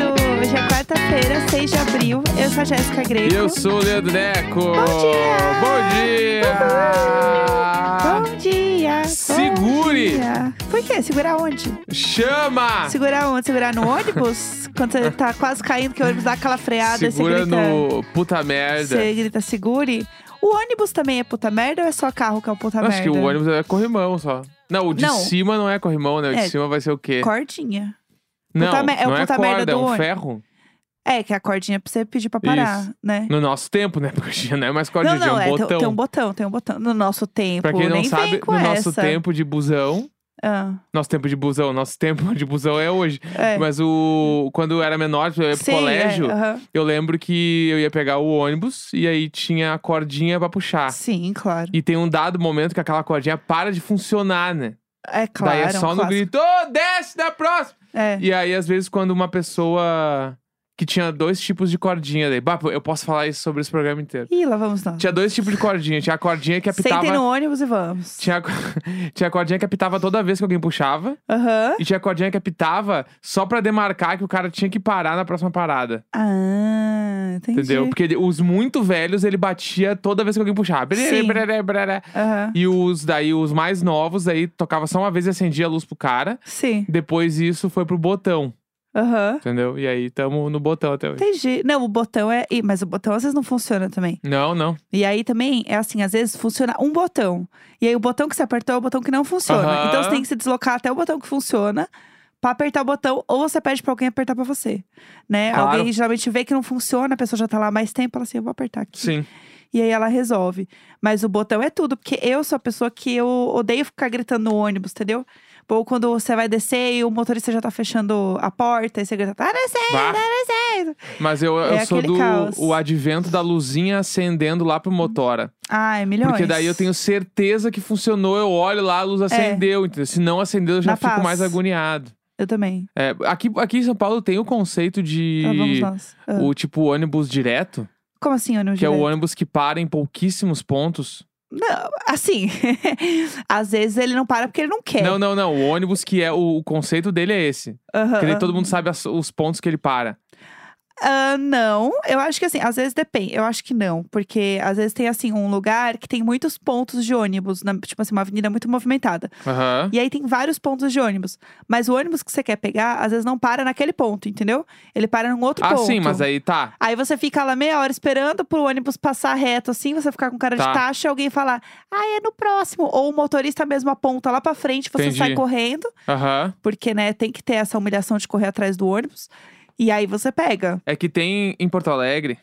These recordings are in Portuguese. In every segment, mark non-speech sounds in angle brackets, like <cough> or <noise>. um é quarta-feira, 6 de abril. Eu sou a Jéssica Greco. E eu sou o Leandro Neco. dia! Bom Bom dia! Bom dia! bom Segure! Ah. dia. Por quê? Segurar onde? Chama! Segurar onde? Segurar no <laughs> ônibus? Quando você tá quase caindo, que o ônibus dá aquela freada, Segura você grita. no puta merda. Você grita segure. O ônibus também é puta merda ou é só carro que é o puta Acho merda? que o ônibus é corrimão só. Não, o de Não. cima não é corrimão, né? O de É. cima vai ser o quê? Cordinha. não, puta me- é o não puta é corda, merda é do um ônibus. ferro. É, que a cordinha é pra você pedir pra parar, né? No nosso tempo, né? <laughs> Porque hoje já não é mais corda, Não, hoje não, é um é, tem- botão. tem um botão, tem um botão. No nosso tempo, Pra quem não nem sabe, vem com no essa. nosso tempo de busão... Ah, Nosso tempo de busão, nosso <laughs> tempo de busão é hoje. é. Mas o... Quando eu era menor, eu ia pro Sim, é, colégio... aham. Eu lembro que eu ia pegar o ônibus e aí tinha a cordinha pra puxar. Sim, claro. Ah. E tem um dado momento que aquela cordinha para de funcionar, né? É claro. Daí é um só no clássico. grito, "Ô, desce da próxima! É. E aí, às vezes, quando uma pessoa que tinha dois tipos de cordinha, daí, bah, eu posso falar isso sobre esse programa inteiro. Ih, lá vamos nós. Tinha dois tipos de cordinha. Tinha a cordinha que Sentem apitava. no ônibus e vamos. Tinha a, co- <laughs> tinha a cordinha que apitava toda vez que alguém puxava. Aham. E tinha a cordinha que apitava só pra demarcar que o cara tinha que parar na próxima parada. Ah, entendi. Entendeu? Porque ele- os muito velhos, ele batia toda vez que alguém puxava. Brerê, Sim. brerê, brerê. Aham. E os daí, os mais novos, aí tocava só uma vez e acendia a luz pro cara. Sim. Depois isso foi pro botão, Aham. entendeu? E aí tamo no botão até hoje. Entendi. Não, o botão é. Ih, mas o botão às vezes não funciona também. Não, não. E aí também é assim, às vezes funciona um botão. E aí o botão que você apertou é o botão que não funciona. Aham. Então você tem que se deslocar até o botão que funciona pra apertar o botão, ou você pede pra alguém apertar pra você. Né? Claro. Alguém geralmente vê que não funciona, a pessoa já tá lá há mais tempo, ela assim, eu vou apertar aqui. Sim. E aí ela resolve. Mas o botão é tudo, porque eu sou a pessoa que eu odeio ficar gritando no ônibus, entendeu? Ou quando você vai descer e o motorista já tá fechando a porta, aí você grita, tá descendo, Bah. tá descendo. Mas eu, eu É sou aquele do caos. o advento da luzinha acendendo lá pro motora. Ai, Ah, é milhões. É. Porque daí eu tenho certeza que funcionou. Eu olho lá, a luz acendeu, entendeu? Se não acendeu, eu já Na fico paz. mais agoniado. Eu também. É, aqui, aqui em São Paulo tem o conceito de Tá, vamos nós. Ah. o tipo ônibus direto. Como assim, ônibus Que é o direto? ônibus que para em pouquíssimos pontos. Não, assim, <laughs> às vezes ele não para porque ele não quer. Não, não, não. O ônibus que é. O, o conceito dele é esse. Aham. Que daí todo mundo sabe as- os pontos que ele para. Ah, não, eu acho que assim, às vezes depende. Eu acho que não, porque às vezes tem assim um lugar que tem muitos pontos de ônibus, na- tipo assim, uma avenida muito movimentada. Aham. E aí tem vários pontos de ônibus. Mas o ônibus que você quer pegar, às vezes não para naquele ponto, entendeu? Ele para num outro Ah, ponto. sim, mas aí. aí tá. você fica lá meia hora esperando pro ônibus passar reto, assim, você ficar com cara Tá. de taxa e alguém falar, ah, é no próximo. Ou o motorista mesmo aponta lá pra frente, você Entendi. sai correndo, Aham. porque, né, tem que ter essa humilhação de correr atrás do ônibus. E aí você <laughs> pega. É que tem em Porto Alegre,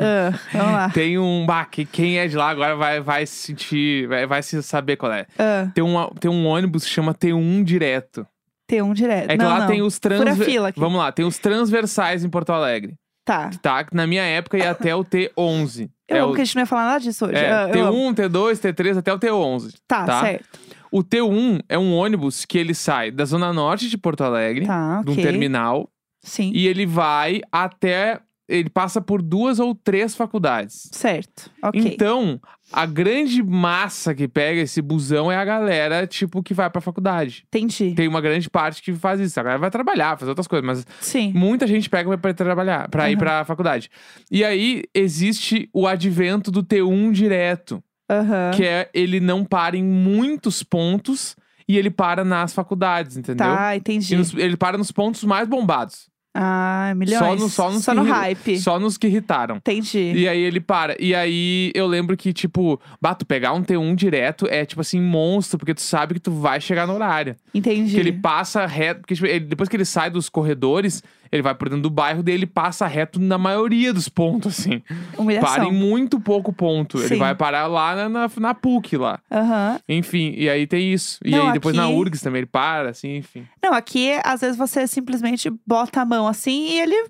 Ah, vamos lá. tem um. Bah, que- quem é de lá agora vai, vai se sentir. Vai, vai se saber qual é. Ah, Tem um, tem um ônibus que chama T1 direto. tem um direto. É que não, lá não. tem os Fura transversais. fila aqui. Vamos lá, tem os transversais em Porto Alegre. Tá. Tá? Que Na minha <laughs> época ia até o T11. Eu é amo o, que a gente não ia falar nada disso hoje. é, Ah, eu amo. T1, T2, T3 até o T11. Tá, tá? certo. O T1 é um ônibus que ele sai da zona norte de Porto Alegre, Tá, de um ok. terminal, Sim, e ele vai até. Ele passa por duas ou três faculdades. certo. Ok. Então, a grande massa que pega esse busão é a galera, tipo, que vai pra faculdade. Entendi. Tem uma grande parte que faz isso. A galera vai trabalhar, fazer outras coisas, mas Sim. muita gente pega pra trabalhar, pra ir Aham. pra faculdade. E aí existe o advento do T1 direto. Aham. Que é ele não para em muitos pontos e ele para nas faculdades, entendeu? Tá, E entendi. nos- ele para nos pontos mais bombados. Ah, milhões. Só no- só nos no que- hype. Só nos que irritaram. Entendi. E aí ele para. E aí eu lembro que, tipo, bato, pegar um T1 direto é, tipo assim, monstro, porque tu sabe que tu vai chegar no horário. Entendi. Que ele passa reto. Porque tipo, ele- depois que ele sai dos corredores, ele vai por dentro do bairro, daí ele passa reto na maioria dos pontos, assim. Para Humilhação. em muito pouco ponto. Ele Sim. vai parar lá na, na, na PUC lá. Aham. Enfim, e aí tem isso. E Não, aí depois na aqui- URGS também ele para, assim, enfim. Não, aqui, às vezes, você simplesmente bota a mão assim e ele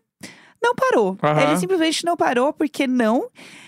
não parou. Aham. Ele simplesmente não parou, porque não.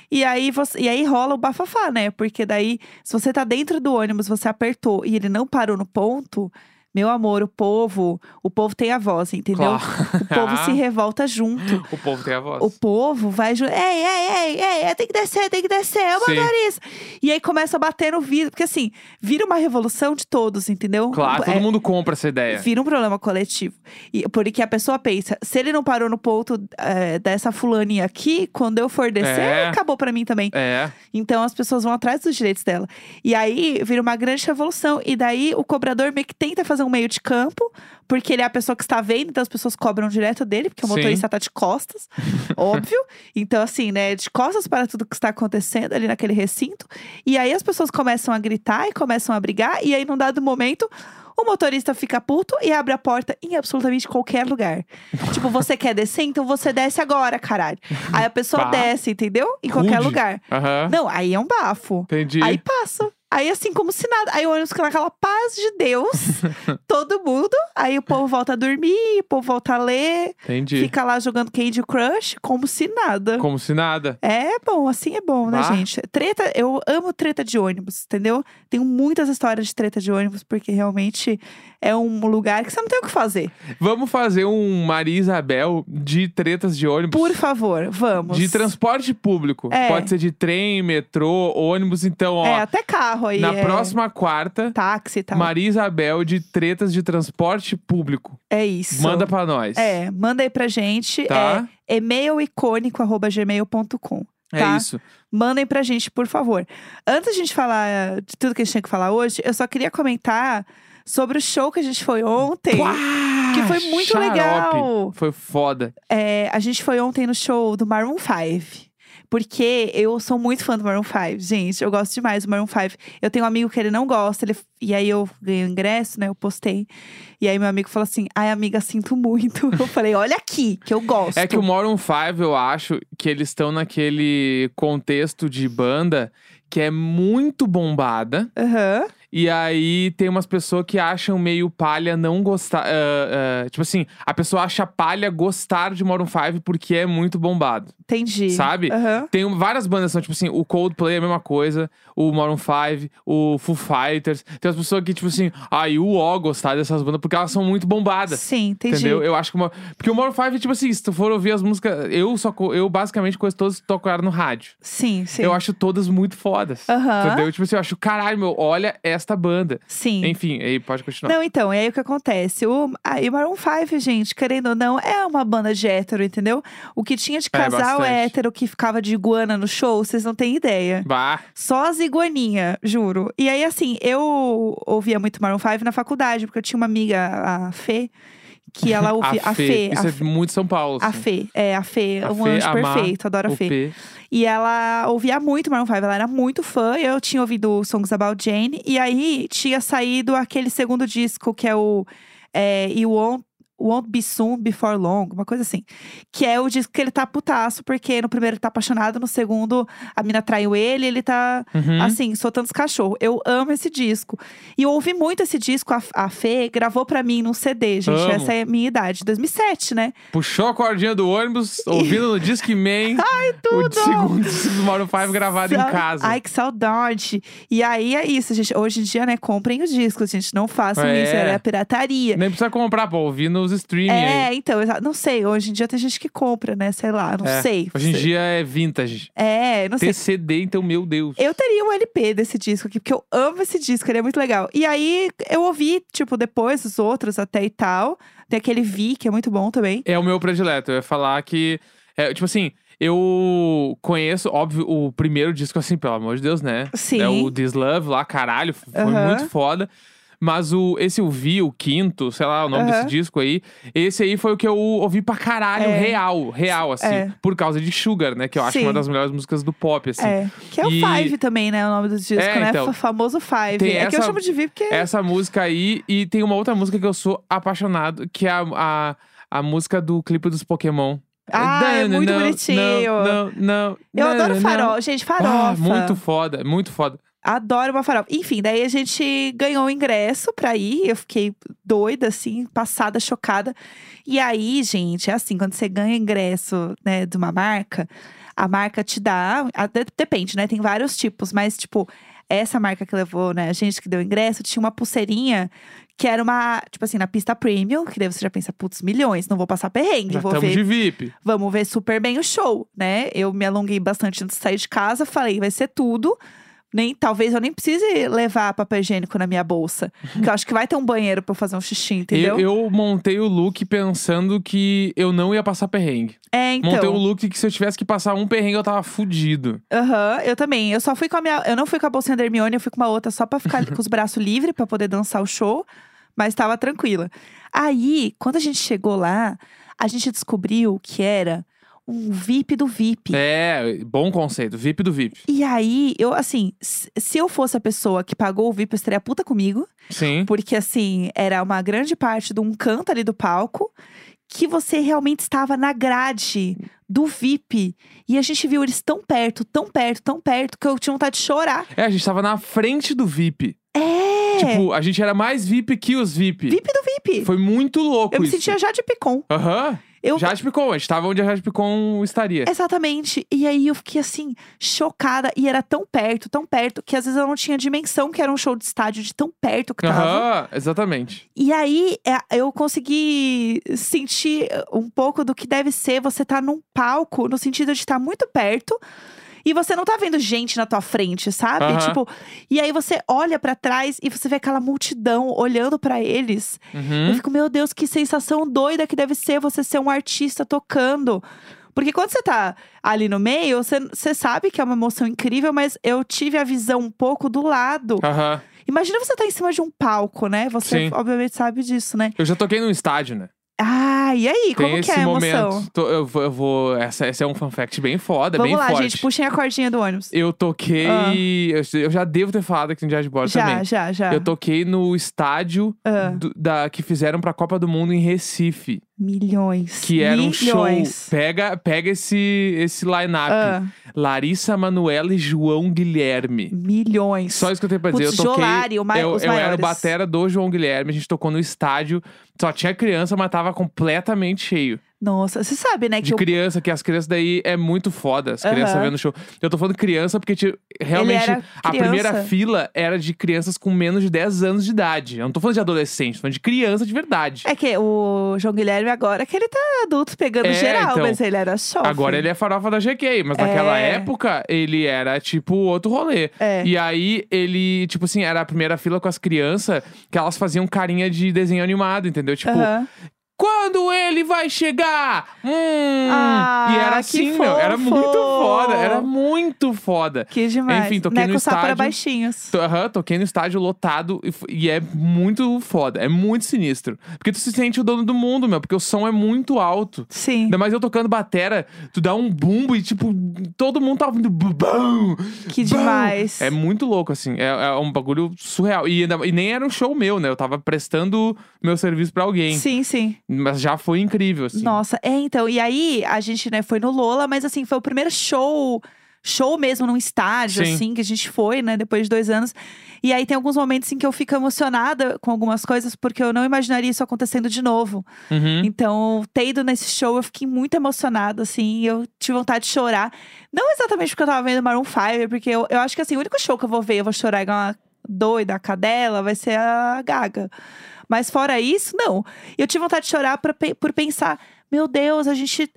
E aí, você, e aí rola o bafafá, né? Porque daí, se você tá dentro do ônibus, você apertou e ele não parou no ponto, Meu amor, o povo, o povo tem a voz, entendeu? O povo <laughs> se revolta junto. Ah, O povo tem a voz. O povo vai junto. Ei, ei, ei, ei, ei, tem que descer, tem que descer, eu Sim. motorista. E aí começa a bater no vidro, porque assim, vira uma revolução de todos, entendeu? Claro, todo É, mundo compra essa ideia. Vira um problema coletivo. E, porque a pessoa pensa, se ele não parou no ponto eh, dessa fulaninha aqui, quando eu for descer, É. acabou pra mim também. É, Então as pessoas vão atrás dos direitos dela. E aí vira uma grande revolução. E daí o cobrador meio que tenta fazer um meio de campo, porque ele é a pessoa que está vendo, então as pessoas cobram direto dele, porque o Sim. motorista tá de <laughs> costas, óbvio. Então, assim, né, de costas para tudo que está acontecendo ali naquele recinto. E aí as pessoas começam a gritar e começam a brigar, e aí num dado momento. O motorista fica puto e abre a porta em absolutamente qualquer lugar. tipo, você quer descer? Então você desce agora, caralho. Aí a pessoa Tá. desce, entendeu? Em qualquer Rude. lugar. aham. Não, aí é um bafo. Entendi. Aí passa. Aí assim, como se nada. Aí o ônibus fica naquela paz de Deus. <laughs> todo mundo. Aí o povo volta a dormir, o povo volta a ler. Entendi. Fica lá jogando Candy Crush, como se nada. Como se nada. É bom, assim é bom, né, Bah. gente? Treta, eu amo treta de ônibus, entendeu? Tenho muitas histórias de treta de ônibus, porque realmente é um lugar que você não tem o que fazer. Vamos fazer um Maria Isabel de tretas de ônibus. Por favor, vamos. De transporte público. É. Pode ser de trem, metrô, ônibus. Então, ó, É, até carro aí. na é, Tá. próxima quarta, Táxi e tal. Maria Isabel de tretas de transporte público. É isso. Manda pra nós. É, manda aí pra gente. Tá? É e-mailicônico.gmail.com. É, tá. isso. Mandem pra gente, por favor. Antes de a gente falar eh, de tudo que a gente tinha que falar hoje, eu só queria comentar sobre o show que a gente foi ontem. Que foi muito legal. Foi foda. É, a gente foi ontem no show do Maroon 5. Porque eu sou muito fã do Maroon 5, gente. Eu gosto demais do Maroon 5. Eu tenho um amigo que ele não gosta. Ele... E aí eu ganhei o ingresso, né? Eu postei. E aí meu amigo falou assim, ai amiga, sinto muito. <laughs> Eu falei, olha aqui, que eu gosto. É que o Moron 5, eu acho que eles estão naquele contexto de banda que é muito bombada. Aham. E aí tem umas pessoas que acham meio palha não gostar. ah, ah, tipo assim, a pessoa acha palha gostar de Moron 5 porque é muito bombado. Entendi. Sabe? Aham. Tem um- várias bandas, são tipo assim, o Coldplay é a mesma coisa, o Maroon 5, o Foo Fighters. Tem as pessoas que, tipo assim, aí o O gostar dessas bandas porque elas são muito bombadas. Sim, entendi. Entendeu? Eu acho que uma. Porque o Maroon 5, tipo assim, se tu for ouvir as músicas, eu só co- eu basicamente conheço todas que tocaram no rádio. Sim, sim. Eu acho todas muito fodas. Aham. Entendeu? Tipo assim, eu acho, caralho, meu, olha esta banda. Sim. Enfim, aí pode continuar. Não, então, e aí o que acontece? O, a, e o Maroon 5, gente, querendo ou não, é uma banda de hétero, entendeu? O que tinha de casal É, bastante. hétero que ficava de iguana no show, vocês não têm ideia. Bah, Só as iguaninha, juro. E aí, assim, eu ouvia muito Maroon 5 na faculdade, porque eu tinha uma amiga, a Fê, que ela ouvia. <laughs> a, Fê. Fê. Isso a é muito São Paulo. a assim. Fê, é, a Fê, A um Fê, anjo a Má, perfeito, adoro a o Fê. P. E ela ouvia muito Maroon 5, ela era muito fã. Eu tinha ouvido Songs About Jane. E aí tinha saído aquele segundo disco, que é o é, You Won't, Won't Be Soon Before Long, uma coisa assim. Que é o disco que ele tá putaço, porque no primeiro ele tá apaixonado, no segundo a mina traiu ele, ele tá Uhum. Assim, sou tantos cachorro. Eu amo esse disco. E eu ouvi muito esse disco. A, a Fê gravou pra mim num CD, gente. Amo. Essa é a minha idade, 2007, né? Puxou a cordinha do ônibus, ouvindo no <laughs> Disque Man. Ai, tudo! O segundo disco do Maroon 5 gravado Sa- em casa. Ai, que saudade. E aí é isso, gente. Hoje em dia, né? Comprem os discos, gente. Não façam É. isso. É pirataria. Nem precisa comprar, pô, ouvir nos streaming aí. É, então, exa- não sei. Hoje em dia tem gente que compra, né? Sei lá, não É. sei. Hoje em dia é vintage. É, não sei. Ter CD, então, meu Deus. Eu teria um LP desse disco aqui, porque eu amo esse disco, ele é muito legal. E aí eu ouvi, tipo, depois os outros até e tal. Tem aquele Vi, que é muito bom também. É o meu predileto. Eu ia falar que. é, tipo assim, eu conheço, óbvio, o primeiro disco, assim, pelo amor de Deus, né? Sim. É o This Love lá, caralho, f- foi Aham. muito foda. Mas o, esse eu vi, o quinto, sei lá o nome desse Aham. disco aí. Esse aí foi o que eu ouvi pra caralho, É. real, real, assim. É. Por causa de Sugar, né? Que eu acho Sim. uma das melhores músicas do pop, assim. É. Que é o E- Five também, né? O nome do disco, É, né? então. Fa- famoso Five. Tem é que eu essa- chamo de Vi porque. Essa música aí, e tem uma outra música que eu sou apaixonado, que é a, a, a música do clipe dos Pokémon. Ah, é muito não, bonitinho. Não, não, não, Eu não, adoro não. farol, gente, farofa. Ah, muito foda, muito foda. Adoro uma farofa. Enfim, daí a gente ganhou o ingresso pra ir. Eu fiquei doida, assim, passada, chocada. E aí, gente, é assim, quando você ganha ingresso, né, de uma marca, a marca te dá. a- de- depende, né? Tem vários tipos, mas, tipo, essa marca que levou, né, a gente que deu ingresso, tinha uma pulseirinha que era uma, tipo assim, na pista premium, que daí você já pensa, putz, milhões, não vou passar perrengue, Já vou estamos ver de VIP. vamos ver super bem o show, né? Eu me alonguei bastante antes de sair de casa, falei, vai ser tudo. Nem, talvez eu nem precise levar papel higiênico na minha <laughs> bolsa. Porque eu acho que vai ter um banheiro pra eu fazer um xixi, entendeu? Eu, eu montei o look pensando que eu não ia passar perrengue. é, Montei o então. look que se eu tivesse que passar um perrengue, eu tava fudido. Aham, eu também. Eu só fui com a minha. Eu não fui com a bolsinha da Hermione, eu fui com uma outra só pra ficar <laughs> com os braços livres pra poder dançar o show. Mas tava tranquila. Aí, quando a gente chegou lá, a gente descobriu que era um VIP do VIP. É, bom conceito. VIP do VIP. E aí, eu, assim, s- se eu fosse a pessoa que pagou o VIP, eu estaria puta comigo. Sim. Porque, assim, era uma grande parte de um canto ali do palco que você realmente estava na grade do VIP. E a gente viu eles tão perto, tão perto, tão perto, que eu tinha vontade de chorar. É, a gente tava na frente do VIP. É! Tipo, a gente era mais VIP que os VIP. VIP do VIP! Foi muito louco eu me isso. sentia já de picom. Aham. Eu, É, Jade Picon, a gente tava onde a Jade Picon estaria. Exatamente. E aí eu fiquei assim, chocada. E era tão perto, tão perto, que às vezes eu não tinha dimensão que era um show de estádio de tão perto que tava. Aham, exatamente. E aí é, eu consegui sentir um pouco do que deve ser você estar num palco, no sentido de estar muito perto. E você não tá vendo gente na tua frente, sabe? Aham. Tipo, e aí você olha pra trás e você vê aquela multidão olhando pra eles. Eu Uhum. fico, meu Deus, que sensação doida que deve ser você ser um artista tocando. Porque quando você tá ali no meio, você, você sabe que é uma emoção incrível, mas eu tive a visão um pouco do lado. Aham. Imagina você tá em cima de um palco, né? Você Sim. obviamente sabe disso, né? Eu já toquei num estádio, né? Ah, e aí? Tem como esse que é a emoção? momento. Tô- eu, vou- eu vou. Essa, esse é um fun fact bem foda, Vamos bem lá, forte. gente, puxem a cordinha do ônibus. Eu toquei. Ah. Eu, eu já devo ter falado aqui no Diário de Bordo já, também. já, já. Eu toquei no estádio Ah. do- da, que fizeram pra Copa do Mundo em Recife. Milhões. Que era um show. milhões. Pega, pega esse, esse line-up. Ah, Larissa Manuela e João Guilherme. milhões. Só isso que eu tenho pra dizer. Putz, eu toquei. Jolari, o ma- eu os eu era o maiores. batera do João Guilherme. A gente tocou no estádio. Só tinha criança, mas tava completamente cheio. Nossa, você sabe, né? Que De eu- criança, que as crianças daí é muito foda, as crianças Aham. vendo show. Eu tô falando criança porque ti- realmente era a primeira criança. fila era de crianças com menos de 10 anos de idade. Eu não tô falando de adolescente, tô falando de criança de verdade. É que o João Guilherme agora, que ele tá adulto pegando É, geral, então. mas ele era show. Agora ele é farofa da GK, mas naquela É. época ele era tipo outro rolê. É. E aí ele, tipo assim, era a primeira fila com as crianças que elas faziam carinha de desenho animado, entendeu? Tipo, Aham. Quando ele vai chegar? Hum. Ah, e era que assim, meu. Era fofo! muito foda. Era muito foda. Que demais. Enfim, toquei né, no com sapo era estádio. baixinhos. To- Aham, toquei no estádio lotado e, f- e é muito foda. É muito sinistro. Porque tu se sente o dono do mundo, meu. Porque o som é muito alto. Sim. Ainda mais eu tocando batera, tu dá um bumbo e, tipo, todo mundo tá ouvindo. bu- bum, Que bum. demais. É muito louco, assim. É, é um bagulho surreal. E, ainda- e nem era um show meu, né? Eu tava prestando meu serviço pra alguém. Sim, sim. Mas já foi incrível, assim. Nossa, é então. E aí, a gente, né, foi no Lola, mas assim, foi o primeiro show, show mesmo num estádio, Sim. assim, que a gente foi, né, depois de dois anos. E aí tem alguns momentos em que eu fico emocionada com algumas coisas, porque eu não imaginaria isso acontecendo de novo. Uhum. Então, ter ido nesse show, eu fiquei muito emocionada, assim, e eu tive vontade de chorar. Não exatamente porque eu tava vendo Maroon 5, porque eu, eu acho que, assim, o único show que eu vou ver, eu vou chorar igual uma doida, a cadela, vai ser a Gaga. Mas fora isso, não. Eu tive vontade de chorar pra, pe- por pensar, meu Deus, a gente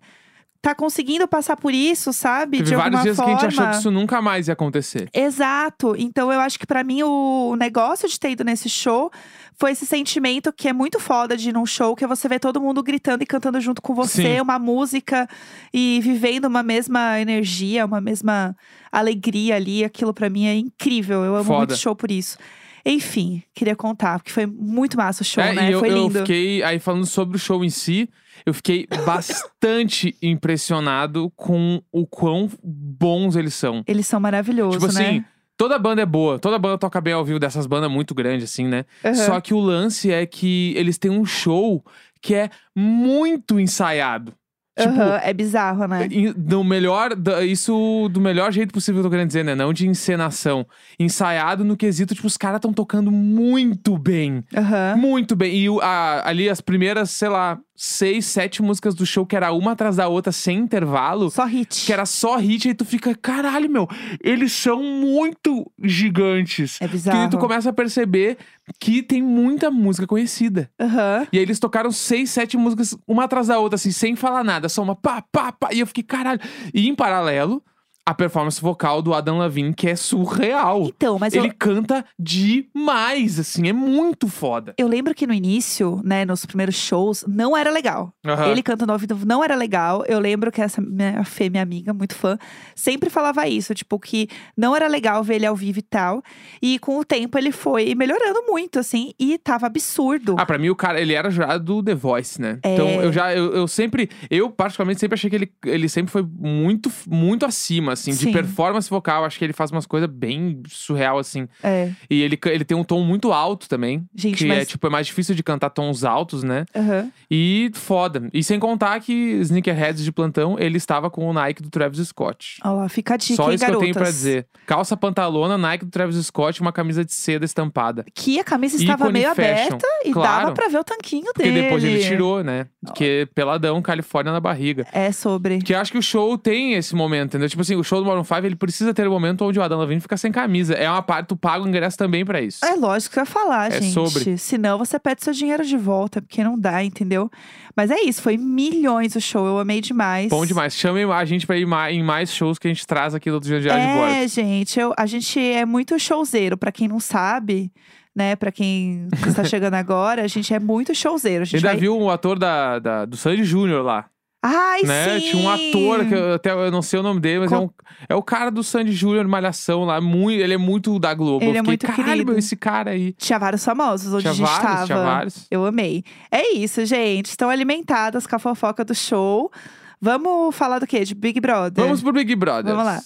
tá conseguindo passar por isso, sabe? Teve de alguma vários dias forma. que a gente achou que isso nunca mais ia acontecer. Exato. Então eu acho que pra mim o negócio de ter ido nesse show foi esse sentimento que é muito foda de ir num show que é você vê todo mundo gritando e cantando junto com você, Sim. uma música e vivendo uma mesma energia, uma mesma alegria ali. Aquilo pra mim é incrível. Eu amo Foda. muito show por isso. Enfim, queria contar, porque foi muito massa o show, É, né? E eu, foi eu lindo. fiquei, aí falando sobre o show em si, eu <laughs> fiquei bastante impressionado com o quão bons eles são. Eles são maravilhosos, tipo né? assim, toda banda é boa, toda banda toca bem ao vivo, dessas bandas muito grandes, assim, né? Aham. Só que o lance é que eles têm um show que é muito ensaiado. Tipo, Aham, é bizarro, né? In- Do melhor, da- isso do melhor jeito possível, eu tô querendo dizer, né? Não de encenação. Ensaiado no quesito, tipo, os caras estão tocando muito bem. Aham. Muito bem. E o- a- ali as primeiras, sei lá, seis, sete músicas do show que era uma atrás da outra, sem intervalo. Só hit. Que era só hit, aí tu fica, caralho, meu, eles são muito gigantes. É Que daí bizarro. tu começa a perceber que tem muita música conhecida. Aham. E aí eles tocaram seis, sete músicas, uma atrás da outra, assim, sem falar nada, só uma pá, pá, pá. E eu fiquei, caralho. E em paralelo, a performance vocal do Adam Levine, que é surreal. Então, mas Ele eu, canta demais, assim, é muito foda. eu lembro que no início, né, nos primeiros shows, não era legal. Aham. Ele cantando ao vivo não era legal. Eu lembro que essa minha Fê, minha amiga, muito fã, sempre falava isso, tipo, que não era legal ver ele ao vivo e tal. E com o tempo ele foi melhorando muito, assim, e tava absurdo. Ah, pra mim o cara, ele era jurado do The Voice, né? É. Então eu já, eu, eu sempre, eu particularmente sempre achei que ele, ele sempre foi muito, muito acima, assim, de Sim. performance vocal. Acho que ele faz umas coisas bem surreal, assim. É, E ele, ca- ele tem um tom muito alto também. gente, que é, mas. tipo, é mais difícil de cantar tons altos, né? Aham. E foda. E sem contar que Sneakerheads de plantão, ele estava com o Nike do Travis Scott. Olha lá, fica a dica, Só hein, isso que eu tenho pra garotas? dizer. Calça pantalona, Nike do Travis Scott, uma camisa de seda estampada. Que a camisa estava Ícone meio fashion, aberta e claro. dava pra ver o tanquinho Porque dele. depois ele tirou, né? Porque peladão, Califórnia na barriga. É sobre. Que eu acho que o show tem esse momento, entendeu? Tipo assim, o show do Maroon 5, ele precisa ter o momento onde o Adam Levine fica sem camisa. É uma parte, tu paga o ingresso também pra isso. É lógico que eu ia falar, É gente. sobre. Senão você pede seu dinheiro de volta, porque não dá, entendeu? Mas é isso, foi milhões o show, eu amei demais. Bom demais. Chame a gente pra ir ma- em mais shows que a gente traz aqui do outro dia de Diário de Bordo. É, gente, eu- a gente é muito showzeiro, pra quem não sabe, né? Pra quem está chegando <laughs> agora, a gente é muito showzeiro. A gente Ainda vai... viu o ator da, da- do Sandy Júnior lá, Ai, né? sim! Tinha um ator que eu até eu não sei o nome dele, mas é, Com- um, é o cara do Sandy Júnior, Malhação lá. Muito, ele é muito da Globo. Ele eu é fiquei, muito caralho, querido." meu, esse cara aí. Tinha vários famosos onde tinha a gente vários, estava. tinha vários. Eu amei. É isso, gente. Estão alimentadas com a fofoca do show. Vamos falar do quê? De Big Brother. Vamos pro Big Brother. É. Vamos lá.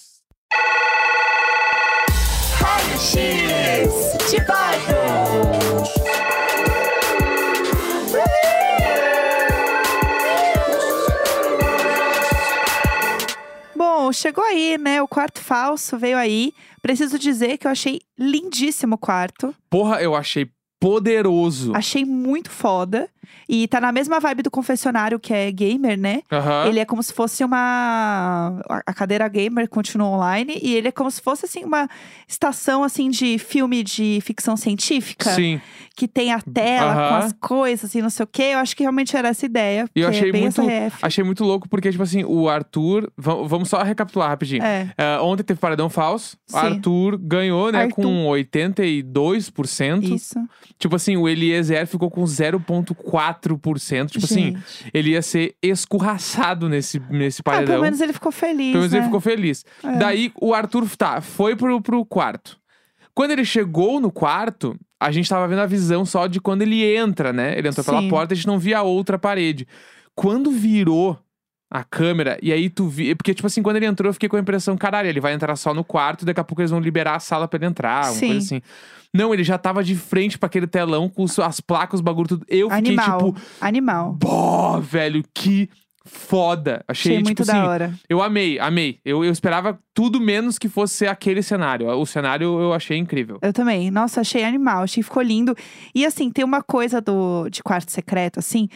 Bom, chegou aí, né? O quarto falso veio aí. Preciso dizer que eu achei lindíssimo o quarto. Porra, eu achei poderoso. Achei muito foda. E tá na mesma vibe do confessionário, que é gamer, né? Aham. Ele é como se fosse uma. a- A cadeira gamer continua online. E ele é como se fosse, assim, uma estação, assim, de filme de ficção científica. Sim. Que tem a tela com Aham. as coisas, assim, não sei o quê. Eu acho que realmente era essa ideia. E porque é eu achei bem muito, SRF. achei muito louco, porque, tipo assim, o Arthur. va- Vamos só recapitular rapidinho. É. Ah, ontem teve paradão falso. Sim. Arthur ganhou, né? Arthur. Com 82%. Isso. Tipo assim, o Eliezer ficou com 0,4%. Tipo assim, Gente. ele ia ser escorraçado nesse, nesse Ah, paredão. pelo menos ele ficou feliz. é um Pelo menos ele né? ficou feliz. Daí o Arthur, tá, foi pro, pro quarto. Quando ele chegou no quarto, a gente tava vendo a visão só de quando ele entra, né? Ele entrou pela Sim. porta, a gente não via a outra parede. Quando virou a câmera, e aí tu vi. Porque, tipo assim, quando ele entrou, eu fiquei com a impressão, caralho, ele vai entrar só no quarto, daqui a pouco eles vão liberar a sala pra ele entrar, uma Sim. coisa assim. Não, ele já tava de frente pra aquele telão com os- as placas, os bagulho tudo. Eu fiquei Animal. tipo, Animal. pô, velho, que foda. Achei, Achei tipo, muito assim, da hora. eu amei, amei. Eu, eu esperava tudo menos que fosse ser aquele cenário. O cenário eu achei incrível. Eu também. Nossa, achei animal, achei que ficou lindo. E assim, tem uma coisa do de quarto secreto, assim.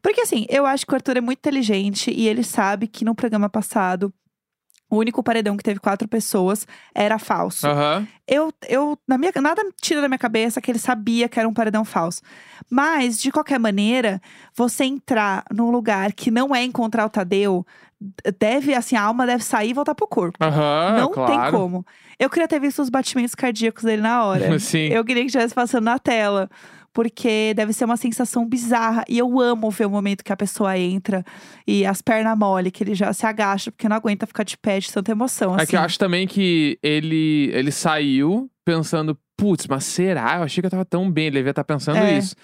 Porque assim, eu acho que o Arthur é muito inteligente e ele sabe que no programa passado, o único paredão que teve quatro pessoas era falso. Aham. Eu, eu na minha, nada tira da minha cabeça que ele sabia que era um paredão falso. Mas, de qualquer maneira, você entrar num lugar que não é encontrar o Tadeu, deve, assim, a alma deve sair e voltar pro corpo. Aham. não Ah, claro. tem como. Eu queria ter visto os batimentos cardíacos dele na hora. <laughs> Sim. Eu queria que estivesse passando na tela. Porque deve ser uma sensação bizarra. E eu amo ver o momento que a pessoa entra e as pernas mole, que ele já se agacha, porque não aguenta ficar de pé de tanta emoção. É que eu assim. acho também que ele, ele saiu pensando, putz, mas será? Eu achei que eu tava tão bem, ele devia estar pensando É. isso.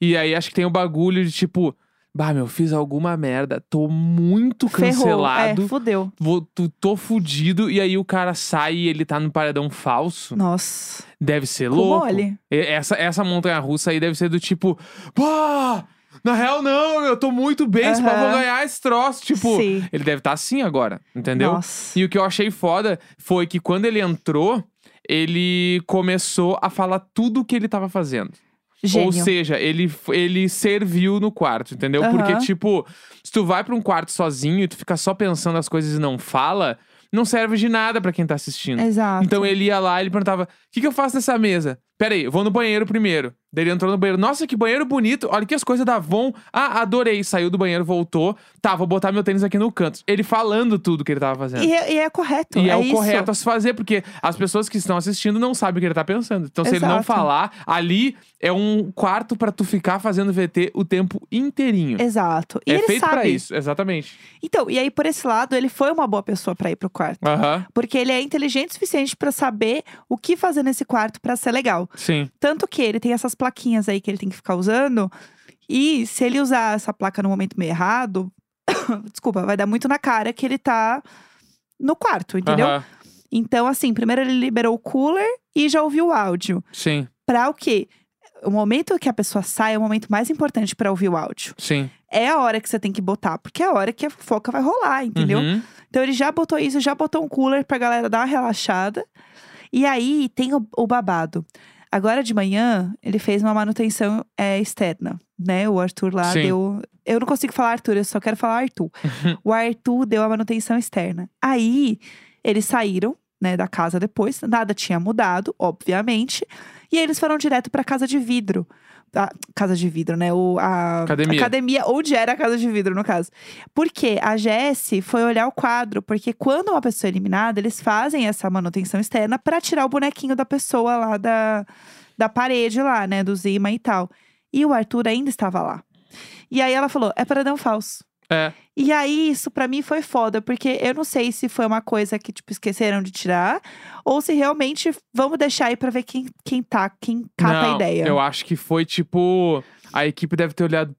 E aí acho que tem o bagulho de tipo, bah, meu, fiz alguma merda, tô muito Ferrou. cancelado, É, fudeu. vou, tu- tô fudido, e aí o cara sai e ele tá no paredão falso. Nossa. Deve ser Ficou louco. mole. E- Essa, essa montanha russa aí deve ser do tipo. Pá! Na real, não, eu tô muito bem, se pá, Aham. vou ganhar esse troço. Tipo, Sim. ele deve estar assim agora, entendeu? Nossa. E o que eu achei foda foi que quando ele entrou, ele começou a falar tudo o que ele tava fazendo. Ou Gênio. seja, ele, f- ele serviu no quarto, entendeu? Porque, Aham. tipo, se tu vai pra um quarto sozinho e tu fica só pensando as coisas e não fala, não serve de nada pra quem tá assistindo. Exato. Então ele ia lá e ele perguntava: o que, que eu faço nessa mesa? Pera aí, eu vou no banheiro primeiro. Daí ele entrou no banheiro. Nossa, que banheiro bonito. Olha que as coisas da Von. Ah, adorei. Saiu do banheiro, voltou. Tá, vou botar meu tênis aqui no canto. Ele falando tudo que ele tava fazendo. E é, e é correto. E é, o isso. correto a se fazer, porque as pessoas que estão assistindo não sabem o que ele tá pensando. Então, se ele não Exato. falar, ali é um quarto pra tu ficar fazendo VT o tempo inteirinho. Exato. E é ele feito sabe. pra isso, exatamente. Então, e aí por esse lado, ele foi uma boa pessoa pra ir pro quarto. Aham, Porque ele é inteligente o suficiente pra saber o que fazer nesse quarto pra ser legal. sim. Tanto que ele tem essas plaquinhas aí que ele tem que ficar usando. E se ele usar essa placa no momento meio errado, <coughs> desculpa, vai dar muito na cara que ele tá no quarto, entendeu? Aham, Então, assim, primeiro ele liberou o cooler e já ouviu o áudio. sim, Pra o quê? O momento que a pessoa sai é o momento mais importante pra ouvir o áudio. sim. É a hora que você tem que botar, porque é a hora que a fofoca vai rolar, entendeu? Uhum. Então ele já botou isso, já botou um cooler pra galera dar uma relaxada. E aí tem o, o babado. Agora de manhã, ele fez uma manutenção é, externa, né? O Arthur lá Sim. deu. Eu não consigo falar Arthur, eu só quero falar Arthur. o Arthur deu a manutenção externa. Aí eles saíram, né, da casa depois. Nada tinha mudado, obviamente. E eles foram direto pra casa de vidro. A, casa de vidro, né? O, a, Academia. academia, onde era a casa de vidro, no caso. Porque a Jesse foi olhar o quadro, porque quando uma pessoa é eliminada, eles fazem essa manutenção externa pra tirar o bonequinho da pessoa lá da, da parede lá, né, do Zima e tal. E o Arthur ainda estava lá. E aí ela falou: "É para dar um falso". É. E aí isso pra mim foi foda, porque eu não sei se foi uma coisa que tipo esqueceram de tirar ou se realmente vamos deixar aí pra ver quem quem tá, quem cata não, a ideia. Eu acho que foi tipo. A equipe deve ter olhado.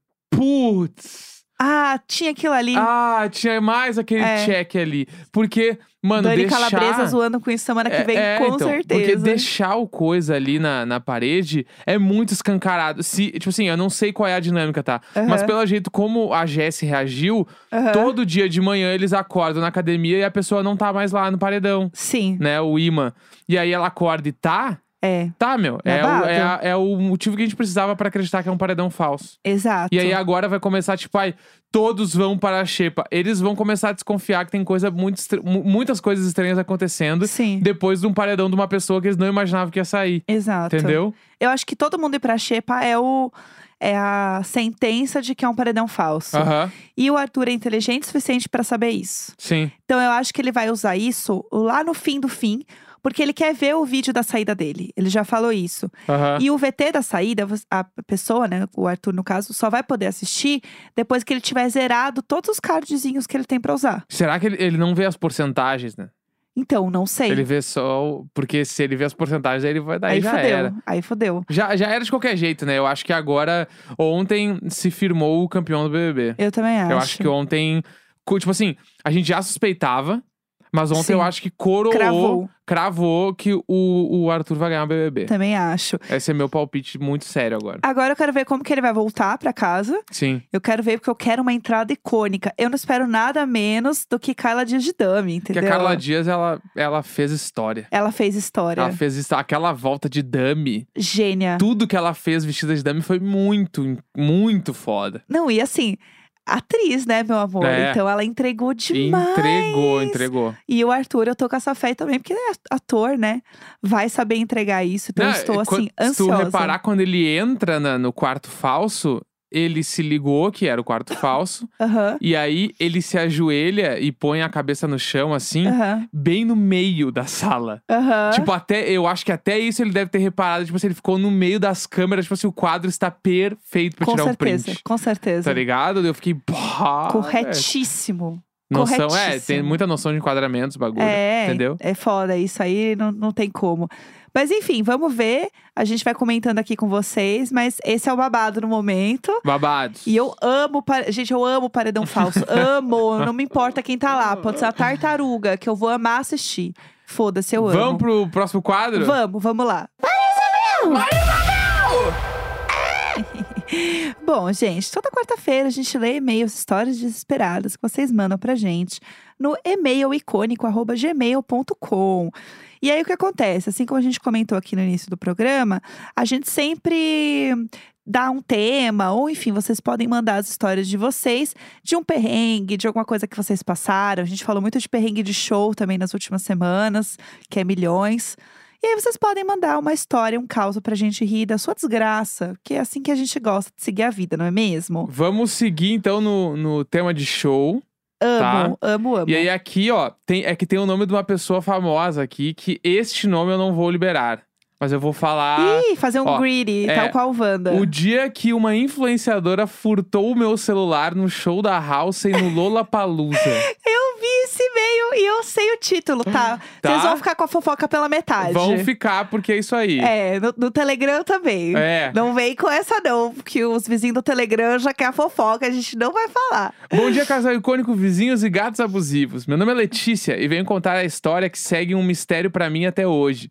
Putz! Ah, tinha aquilo ali. Ah, tinha mais aquele É. check ali. Porque, mano, Dani deixar... Calabresa zoando com isso semana que vem, é, com então, Porque certeza. deixar o coisa ali na, na parede é muito escancarado. Se, tipo assim, eu não sei qual é a dinâmica, tá? Aham. Mas pelo jeito como a Jess reagiu, Aham. todo dia de manhã eles acordam na academia e a pessoa não tá mais lá no paredão, Sim, né? O imã. E aí ela acorda e tá. é, Tá, meu. É o, Babado. é, a- é o motivo que a gente precisava pra acreditar que é um paredão falso. exato. E aí agora vai começar, tipo, ai, todos vão para a xepa. Eles vão começar a desconfiar que tem coisa muito estra- mu- muitas coisas estranhas acontecendo Sim, depois de um paredão de uma pessoa que eles não imaginavam que ia sair. exato. Entendeu? Eu acho que todo mundo ir pra Xepa é o. É a sentença de que é um paredão falso. Aham. E o Arthur é inteligente o suficiente pra saber isso. Sim. Então eu acho que ele vai usar isso lá no fim do fim, porque ele quer ver o vídeo da saída dele. Ele já falou isso. Aham. E o VT da saída, vo- a pessoa, né, o Arthur no caso, só vai poder assistir depois que ele tiver zerado todos os cardzinhos que ele tem pra usar. Será que ele, ele não vê as porcentagens, né? Então, não sei. Ele vê só. o- Porque se ele vê as porcentagens, aí ele vai. Daí aí já fodeu. era. Aí fodeu. Já, já era de qualquer jeito, né? Eu acho que agora. Ontem se firmou o campeão do BBB. Eu também acho. Eu acho que ontem. co- Tipo assim, a gente já suspeitava, mas ontem Sim. eu acho que coroou. Cravou. Tá. cravou que o, o Arthur vai ganhar o BBB. Também acho. Esse é meu palpite muito sério agora. Agora eu quero ver como que ele vai voltar pra casa. Sim. Eu quero ver, porque eu quero uma entrada icônica. Eu não espero nada menos do que Carla Dias de Dami, Porque entendeu? a Carla Dias, ela, ela fez história. Ela fez história. Ah. Ela fez isso, aquela volta de dummy. Gênia. Tudo que ela fez vestida de dummy foi muito, muito foda. Não, e assim, atriz, né, meu amor? É. Então ela entregou demais. Entregou, entregou. E o Arthur, eu tô com essa fé também, porque ele é ator, né? Vai saber entregar isso. Então Não, eu estou, e assim, quan- Se tu ansiosa. reparar, quando ele entra na- no quarto falso, ele se ligou que era o quarto falso. Aham, E aí ele se ajoelha e põe a cabeça no chão, assim, aham, bem no meio da sala. ahã. Tipo, até, eu acho que até isso ele deve ter reparado. Tipo, se ele ficou no meio das câmeras, tipo assim, o quadro está perfeito pra Com tirar certeza, um print. com certeza. Tá ligado? Eu fiquei. "Bah, velho." Corretíssimo. Noção, é, tem corretíssimo. muita noção de enquadramentos, bagulho. É, entendeu? é foda isso aí, não, não tem como. Mas enfim, vamos ver. A gente vai comentando aqui com vocês, mas esse é o babado no momento. Babados. E eu amo, pa- gente, eu amo paredão <laughs> falso. amo, não me importa quem tá lá. Pode ser a tartaruga, que eu vou amar assistir. Foda-se, eu Vamos amo. pro próximo quadro? Vamos, vamos lá. <laughs> Bom, gente, toda quarta-feira a gente lê e-mails, histórias desesperadas que vocês mandam pra gente no e-mail icônico@gmail.com. E aí o que acontece? Assim como a gente comentou aqui no início do programa, a gente sempre dá um tema, ou enfim, vocês podem mandar as histórias de vocês, de um perrengue, de alguma coisa que vocês passaram. A gente falou muito de perrengue de show também nas últimas semanas, que é milhões. E aí vocês podem mandar uma história, um caos pra gente rir da sua desgraça, que é assim que a gente gosta de seguir a vida, não é mesmo? Vamos seguir então no, no tema de show. Amo, amo, amo. Tá. E aí aqui, ó, tem, é que tem o nome de uma pessoa famosa aqui, que este nome eu não vou liberar. Mas eu vou falar. Ih, fazer um ó, greedy, é, tal qual Wanda. O dia que uma influenciadora furtou o meu celular no show da Halsey <laughs> no Lollapalooza. Eu vi esse e-mail e eu sei o título, tá? Tá. Vocês vão ficar com a fofoca pela metade. Vão ficar, porque é isso aí. É, no, no Telegram também. É. Não vem com essa não, porque os vizinhos do Telegram já querem a fofoca, a gente não vai falar. Bom dia, casal icônico, vizinhos e gatos abusivos. Meu nome é Letícia e venho contar a história que segue um mistério pra mim até hoje.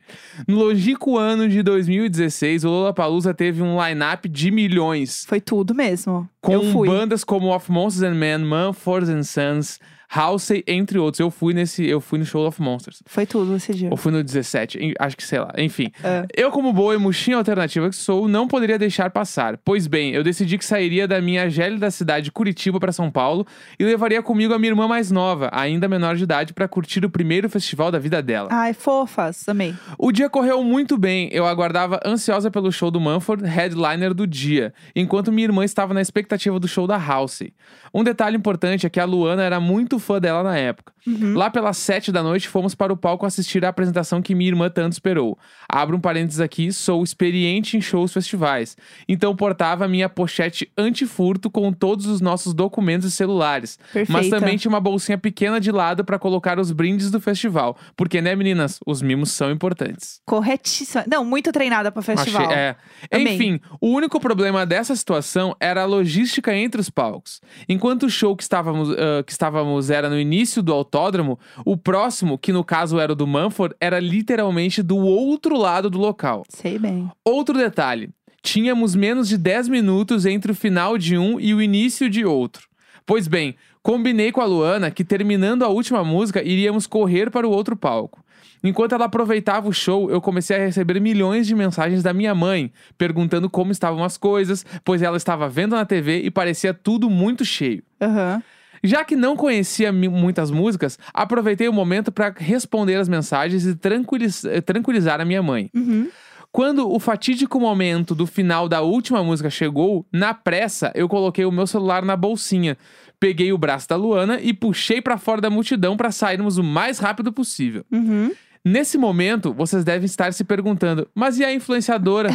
No longínquo ano de 2016, o Lollapalooza teve um line-up de milhões. Foi tudo mesmo. eu Com um fui. bandas como Of Monsters and Men, Manfors and Sons, Halsey, entre outros. Eu fui nesse, eu fui no show of Monsters. Foi tudo esse dia. Ou fui no 17, em- acho que sei lá, enfim. É. Eu, como boa e murchinha alternativa que sou, não poderia deixar passar. Pois bem, eu decidi que sairia da minha gélida cidade Curitiba para São Paulo e levaria comigo a minha irmã mais nova, ainda menor de idade, para curtir o primeiro festival da vida dela. Ai, fofas, amei. O dia correu muito bem. Eu aguardava ansiosa pelo show do Manford, headliner do dia, enquanto minha irmã estava na expectativa do show da Halsey. Um detalhe importante é que a Luana era muito fã dela na época. Lá pelas sete da noite, fomos para o palco assistir a apresentação que minha irmã tanto esperou. Abro um parênteses aqui, sou experiente em shows festivais. Então portava minha pochete antifurto com todos os nossos documentos e celulares. Perfeita. Mas também tinha uma bolsinha pequena de lado para colocar os brindes do festival. Porque, né, meninas? Os mimos são importantes. Corretíssima. Não, muito treinada pra festival. Achei- é. Amei. Enfim, o único problema dessa situação era a logística entre os palcos. Enquanto o show que estávamos, ah, que estávamos era no início do autódromo, o próximo, que no caso era o do Manford, era literalmente do outro lado do local. Sei bem. Outro detalhe: tínhamos menos de 10 minutos entre o final de um e o início de outro. Pois bem, combinei com a Luana que terminando a última música iríamos correr para o outro palco. Enquanto ela aproveitava o show, eu comecei a receber milhões de mensagens da minha mãe, perguntando como estavam as coisas, pois ela estava vendo na TV e parecia tudo muito cheio. Aham. Já que não conhecia mi- muitas músicas, aproveitei o momento para responder as mensagens e tranquiliz- eh, tranquilizar a minha mãe. Uhum. Quando o fatídico momento do final da última música chegou, na pressa eu coloquei o meu celular na bolsinha, peguei o braço da Luana e puxei pra fora da multidão pra sairmos o mais rápido possível. Uhum. Nesse momento, vocês devem estar se perguntando: mas e a influenciadora?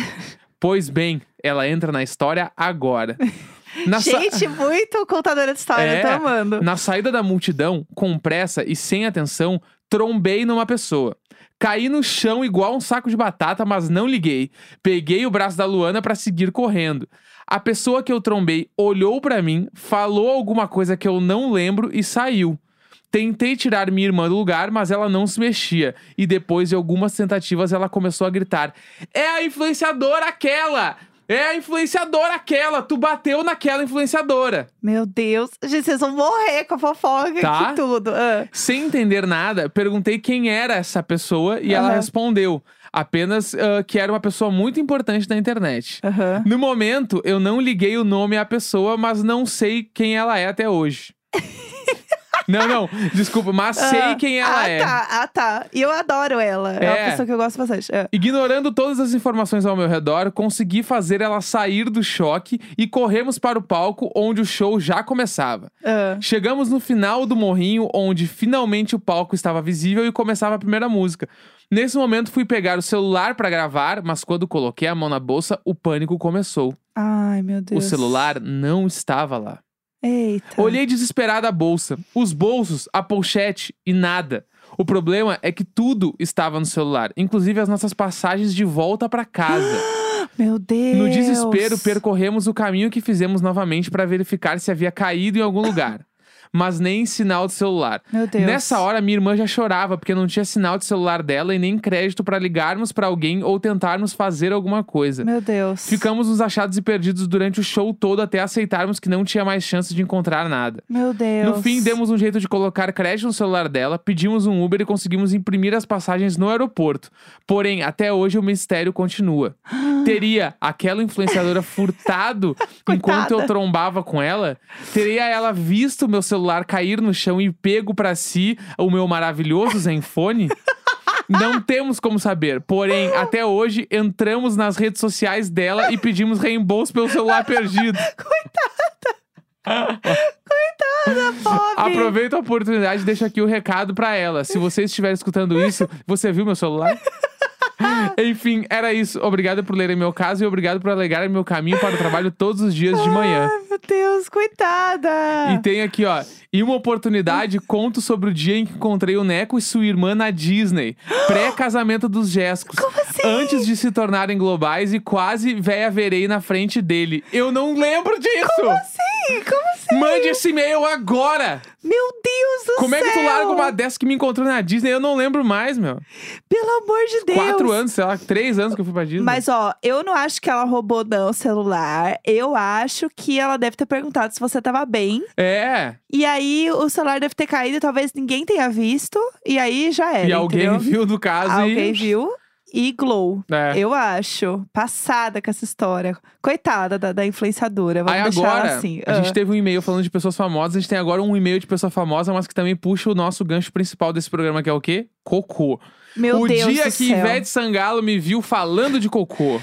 pois bem, ela entra na história agora. Na sa- Gente, muito contadora de história, É. eu tô amando. na saída da multidão, com pressa e sem atenção, trombei numa pessoa. Caí no chão igual um saco de batata, mas não liguei. Peguei o braço da Luana pra seguir correndo. A pessoa que eu trombei olhou pra mim, falou alguma coisa que eu não lembro e saiu. Tentei tirar minha irmã do lugar, mas ela não se mexia. E depois de algumas tentativas, ela começou a gritar: É a influenciadora aquela! É a influenciadora aquela! Tu bateu naquela influenciadora! Meu Deus. Gente, vocês vão morrer com a fofoca Tá. que tudo. Ah. Sem entender nada, perguntei quem era essa pessoa e ela Aham. respondeu apenas ah, que era uma pessoa muito importante na internet. Aham. No momento, eu não liguei o nome à pessoa, mas não sei quem ela é até hoje. <laughs> não, não, desculpa, mas sei Ah, quem ela ah, é. Tá, ah, tá. E eu adoro ela. É. É. uma pessoa que eu gosto bastante. É. Ignorando todas as informações ao meu redor, consegui fazer ela sair do choque e corremos para o palco onde o show já começava. Ah. Chegamos no final do morrinho, onde finalmente o palco estava visível e começava a primeira música. Nesse momento fui pegar o celular para gravar, mas quando coloquei a mão na bolsa, o pânico começou. Ai, meu Deus. Tá. O celular não estava lá. Eita. Olhei desesperada a bolsa, os bolsos, a pochete e nada. O problema é que tudo estava no celular, inclusive as nossas passagens de volta para casa. <gasps> Meu Deus. <laughs> No desespero, percorremos o caminho que fizemos novamente para verificar se havia caído em algum lugar. mas nem sinal de celular. Meu Deus. Nessa hora, minha irmã já chorava porque não tinha sinal de celular dela e nem crédito pra ligarmos pra alguém ou tentarmos fazer alguma coisa. Meu Deus. Ficamos nos achados e perdidos durante o show todo até aceitarmos que não tinha mais chance de encontrar nada. Meu Deus. No fim, demos um jeito de colocar crédito no celular dela, pedimos um Uber e conseguimos imprimir as passagens no aeroporto. Porém, até hoje o mistério continua. Teria <laughs> aquela influenciadora furtado enquanto eu Coitada. trombava com ela? Teria ela visto meu celular cair no chão e pego pra si o meu maravilhoso Zenfone? Não temos como saber, porém, até hoje entramos nas redes sociais dela e pedimos reembolso pelo celular perdido. Pobre. Aproveito a oportunidade e deixo aqui o recado pra ela. Se você estiver escutando isso, você viu <laughs> meu celular? Enfim, era isso. Obrigado por lerem meu caso e obrigado por alegarem meu caminho para o trabalho todos os dias de manhã. Ai, meu Deus, coitada. E tem aqui, ó. E uma oportunidade, conto sobre o dia em que encontrei o Neco e sua irmã na Disney. Pré-casamento dos Jescos. Como assim? Antes de se tornarem globais e quase véia verei na frente dele. Eu não lembro disso! Como assim? Como assim? Mande esse e-mail agora! Meu Deus do Como céu. é que tu larga uma dessa que me encontrou na Disney? Eu não lembro mais, meu. Pelo amor de Deus. Quatro anos, sei lá, três anos que eu fui pra Disney. Mas ó, eu não acho que ela roubou não o celular. Eu acho que ela deve ter perguntado se você tava bem. É. E aí o celular deve ter caído, talvez ninguém tenha visto. E aí já era. e alguém É, entendeu? viu do caso Alguém e. viu. E glow. É. Eu acho. Passada com essa história. Coitada da, da influenciadora. Vamos Aí deixar ela agora, assim. a Ah. gente teve um e-mail falando de pessoas famosas, a gente tem agora um e-mail de pessoa famosa, mas que também puxa o nosso gancho principal desse programa, que é o quê? Cocô. Meu o Deus dia do que céu. Ivete Sangalo me viu falando de cocô.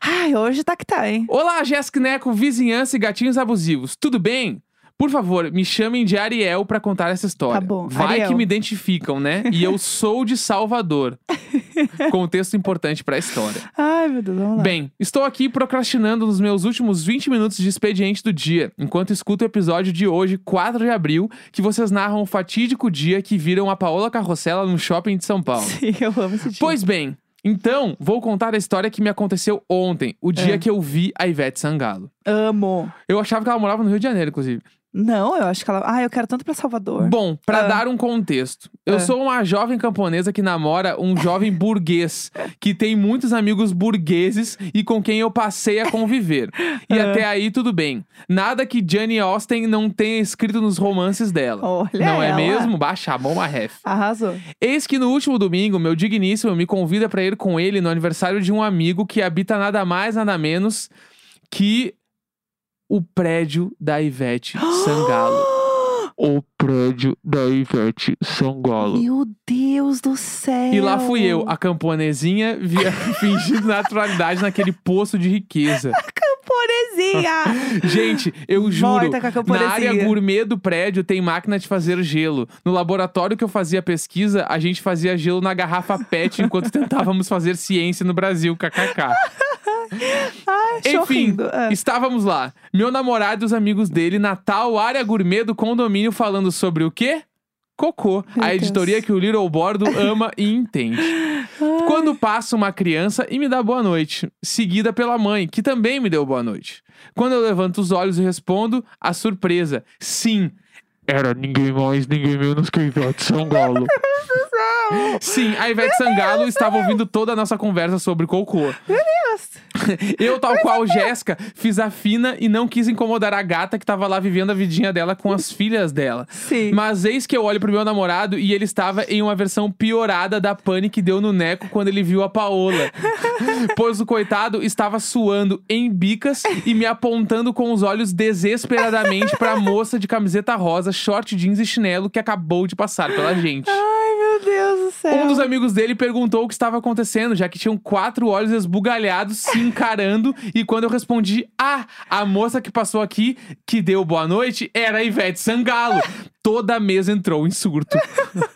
Ai, hoje tá que tá, hein? Olá, Jéssica Neco, vizinhança e gatinhos abusivos. Tudo bem? Por favor, me chamem de Ariel pra contar essa Tá história. bom, Vai Ariel. que me identificam, né? E eu sou de <laughs> Salvador. Contexto importante pra história. Ai, meu Deus, <laughs> vamos lá. Bem, estou aqui procrastinando nos meus últimos 20 minutos de expediente do dia, enquanto escuto o episódio de hoje, 4 de abril, que vocês narram o fatídico dia que viram a Paola Carrossela no shopping de São Paulo. Sim, eu amo esse dia. Pois bem, então vou contar a história que me aconteceu ontem, o dia É. que eu vi a Ivete Sangalo. Amo. Eu achava que ela morava no Rio de Janeiro, inclusive. Não, eu acho que ela. Ah, eu quero tanto pra Salvador. Bom, pra Ah. dar um contexto, eu Ah. sou uma jovem camponesa que namora um <laughs> jovem burguês, que tem muitos amigos burgueses e com quem eu passei a conviver. E Ah. até aí tudo bem. Nada que Jane Austen não tenha escrito nos romances dela. Olha não é ela. mesmo? Baixa a mão, ref. Arrasou. Eis que no último domingo, meu digníssimo me convida pra ir com ele no aniversário de um amigo que habita nada mais, nada menos que o prédio da <gasps> Ivete Sangalo o prédio da Ivete Sangalo. Meu Deus do céu. E lá fui eu, a camponesinha, via, <laughs> fingindo naturalidade naquele poço de riqueza. Camponesinha. Gente, <laughs> eu juro, Morta com a camponesia. na área gourmet do prédio tem máquina de fazer gelo. No laboratório que eu fazia pesquisa, a gente fazia gelo na garrafa PET enquanto tentávamos fazer ciência no Brasil, kkk. Ai, Enfim, chorrindo. Ah. estávamos lá. Meu namorado e os amigos dele, Natal, área gourmet do condomínio, falando sobre o quê? Cocô, Meu a Deus. editoria que o Little <laughs> Bordo ama e entende. Quando passa uma criança e me dá boa noite, seguida pela mãe, que também me deu boa noite. Quando eu levanto os olhos e respondo, a surpresa, sim. Era ninguém mais, ninguém menos que a <laughs> Ivete Sangalo. Sim, a Ivete Sangalo estava ouvindo toda a nossa conversa sobre cocô. <laughs> Eu, tal é qual Jéssica, fiz a fina e não quis incomodar a gata que tava lá vivendo a vidinha dela com as filhas dela. Sim. Mas eis que eu olho pro meu namorado e ele estava em uma versão piorada da pane que deu no Neco quando ele viu a Paola. pois o coitado estava suando em bicas e me apontando com os olhos desesperadamente pra moça de camiseta rosa, short jeans e chinelo que acabou de passar pela gente. Ai, meu Deus do céu. Um dos amigos dele perguntou o que estava acontecendo, já que tinham quatro olhos esbugalhados se encarando. e quando eu respondi, ah, a moça que passou aqui, que deu boa noite, era a Ivete Sangalo. Toda a mesa entrou em surto. <laughs>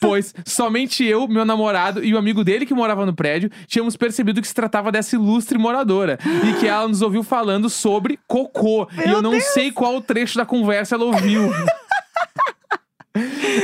pois somente eu, meu namorado e o amigo dele que morava no prédio tínhamos percebido que se tratava dessa ilustre moradora e que ela nos ouviu falando sobre cocô. e Meu eu não Deus! sei qual trecho da conversa ela ouviu.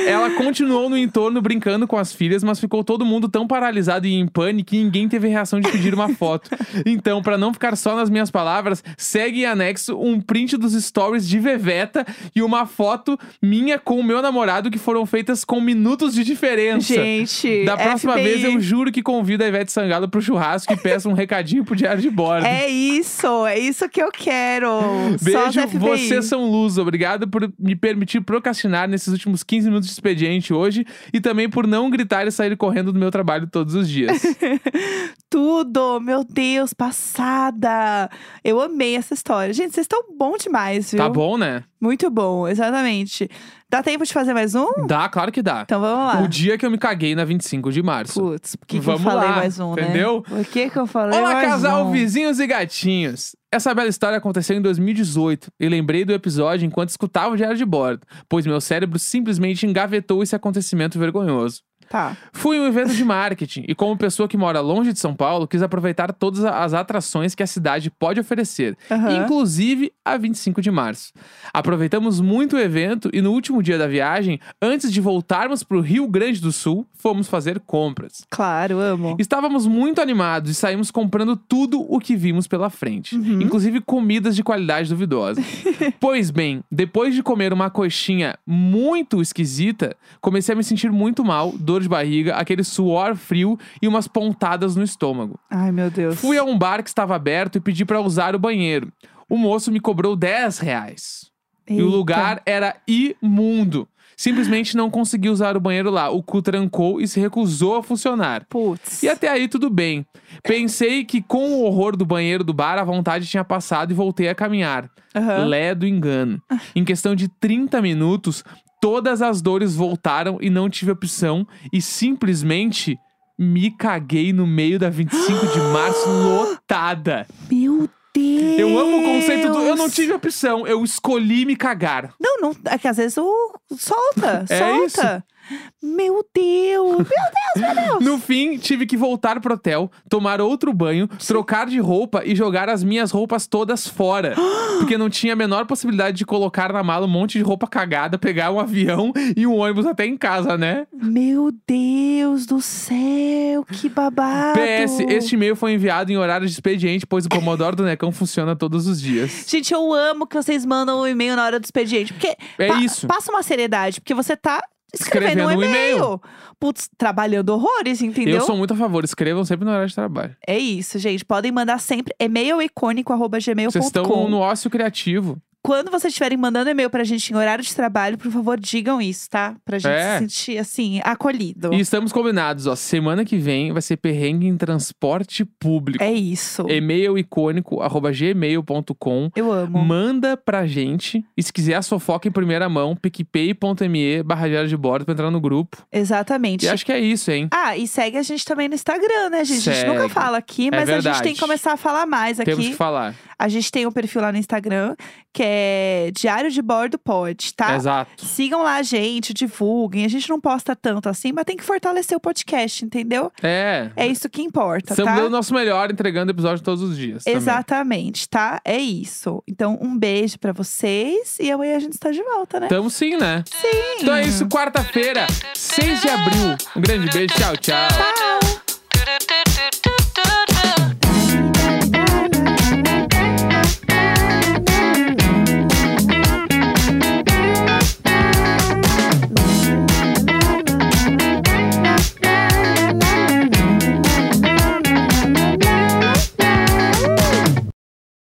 Ela continuou no entorno brincando com as filhas, mas ficou todo mundo tão paralisado e em pânico que ninguém teve reação de pedir uma foto. Então, pra não ficar só nas minhas palavras, segue em anexo um print dos stories de Veveta e uma foto minha com o meu namorado que foram feitas com minutos de diferença. Gente, da próxima FBI. vez eu juro que convido a Ivete Sangalo pro churrasco e peço um recadinho pro diário de bordo. É isso, é isso que eu quero. Só os Beijo, FBI. vocês são luz. Obrigado por me permitir procrastinar nesses últimos 15 minutos de expediente hoje e também por não gritar e sair correndo do meu trabalho todos os dias. <laughs> Tudo, meu Deus, passada. Eu amei essa história. Gente, vocês estão bom demais, viu? tá bom, né? Muito bom, exatamente. Dá tempo de fazer mais um? Dá, claro que dá. Então vamos lá. O dia que eu me caguei na 25 de março. Putz, por que, que eu Vamos falei lá, mais um, entendeu? né? Por que, que eu falei Olá, mais casal, um? vizinhos e gatinhos. Essa bela história aconteceu em 2018 e lembrei do episódio enquanto escutava o diário de bordo, pois meu cérebro simplesmente engavetou esse acontecimento vergonhoso. Tá. Fui em um evento de marketing e, como pessoa que mora longe de São Paulo, quis aproveitar todas a- as atrações que a cidade pode oferecer, Aham. inclusive a 25 de março. Aproveitamos muito o evento e, no último dia da viagem, antes de voltarmos para o Rio Grande do Sul, fomos fazer compras. Claro, amo. Estávamos muito animados e saímos comprando tudo o que vimos pela frente, inclusive comidas de qualidade duvidosa. pois bem, depois de comer uma coxinha muito esquisita, comecei a me sentir muito mal, dor de barriga, aquele suor frio e umas pontadas no estômago. Ai, meu Deus. Fui a um bar que estava aberto e pedi para usar o banheiro. O moço me cobrou 10 reais. E o Eita. lugar era imundo. Simplesmente não consegui usar o banheiro lá. O cu trancou e se recusou a funcionar. Putz. E até aí tudo bem. Pensei que com o horror do banheiro do bar a vontade tinha passado e voltei a caminhar. Aham. Lé do engano. Em questão de 30 minutos, todas as dores voltaram e não tive opção e simplesmente me caguei no meio da 25 de março lotada. Meu Deus. Eu amo o conceito do eu não tive opção, eu escolhi me cagar. Não, não. É que às vezes o. Solta, <laughs> É solta. Meu Deus. Meu Deus, meu Deus. No fim, tive que voltar pro hotel, tomar outro banho, trocar de roupa e jogar as minhas roupas todas <gasps> fora. Porque não tinha a menor possibilidade de colocar na mala um monte de roupa cagada, pegar um avião e um ônibus até em casa, né? Meu Deus do céu, que babado. PS, este e-mail foi enviado em horário de expediente, pois o Pomodoro do Necão funciona todos os dias. Gente, eu amo que vocês mandam o e-mail na hora do expediente. Porque É pa- isso. passa uma seriedade, porque você tá escrevendo, Escrevendo um um e-mail. e-mail. Putz, trabalhando horrores, entendeu? Eu sou um muito a favor, escrevam sempre no horário de trabalho. É isso, gente. Podem mandar sempre é Vocês e-mailicônico.gmail.com. estão no ócio criativo. Quando vocês estiverem mandando e-mail pra gente em horário de trabalho, por favor, digam isso, tá? Pra gente É. se sentir, assim, acolhido. E estamos combinados, ó. Semana que vem vai ser perrengue em transporte público. É isso. e-mail icônico, arroba gmail.com. Eu amo. Manda pra gente. E se quiser a fofoca em primeira mão, picpay.me barra diário de bordo pra entrar no grupo. Exatamente. E acho que é isso, hein? Ah, e segue a gente também no Instagram, né, gente? A gente Segue. É nunca fala aqui, mas a verdade. gente tem que começar a falar mais Temos que tá aqui. falar. A gente tem um perfil lá no Instagram, que é Diário de Bordo Pod, tá? Exato. Sigam lá a gente, divulguem. A gente não posta tanto assim, mas tem que fortalecer o podcast, entendeu? É. É isso que importa, Estamos tá? dando o nosso melhor, entregando episódio todos os dias. também. Exatamente, tá? É isso. Então, um beijo pra vocês e amanhã a gente está de volta, né? Tamo sim, né? Sim. Então é isso, quarta-feira, 6 de abril. Um grande beijo, tchau, tchau. Tchau.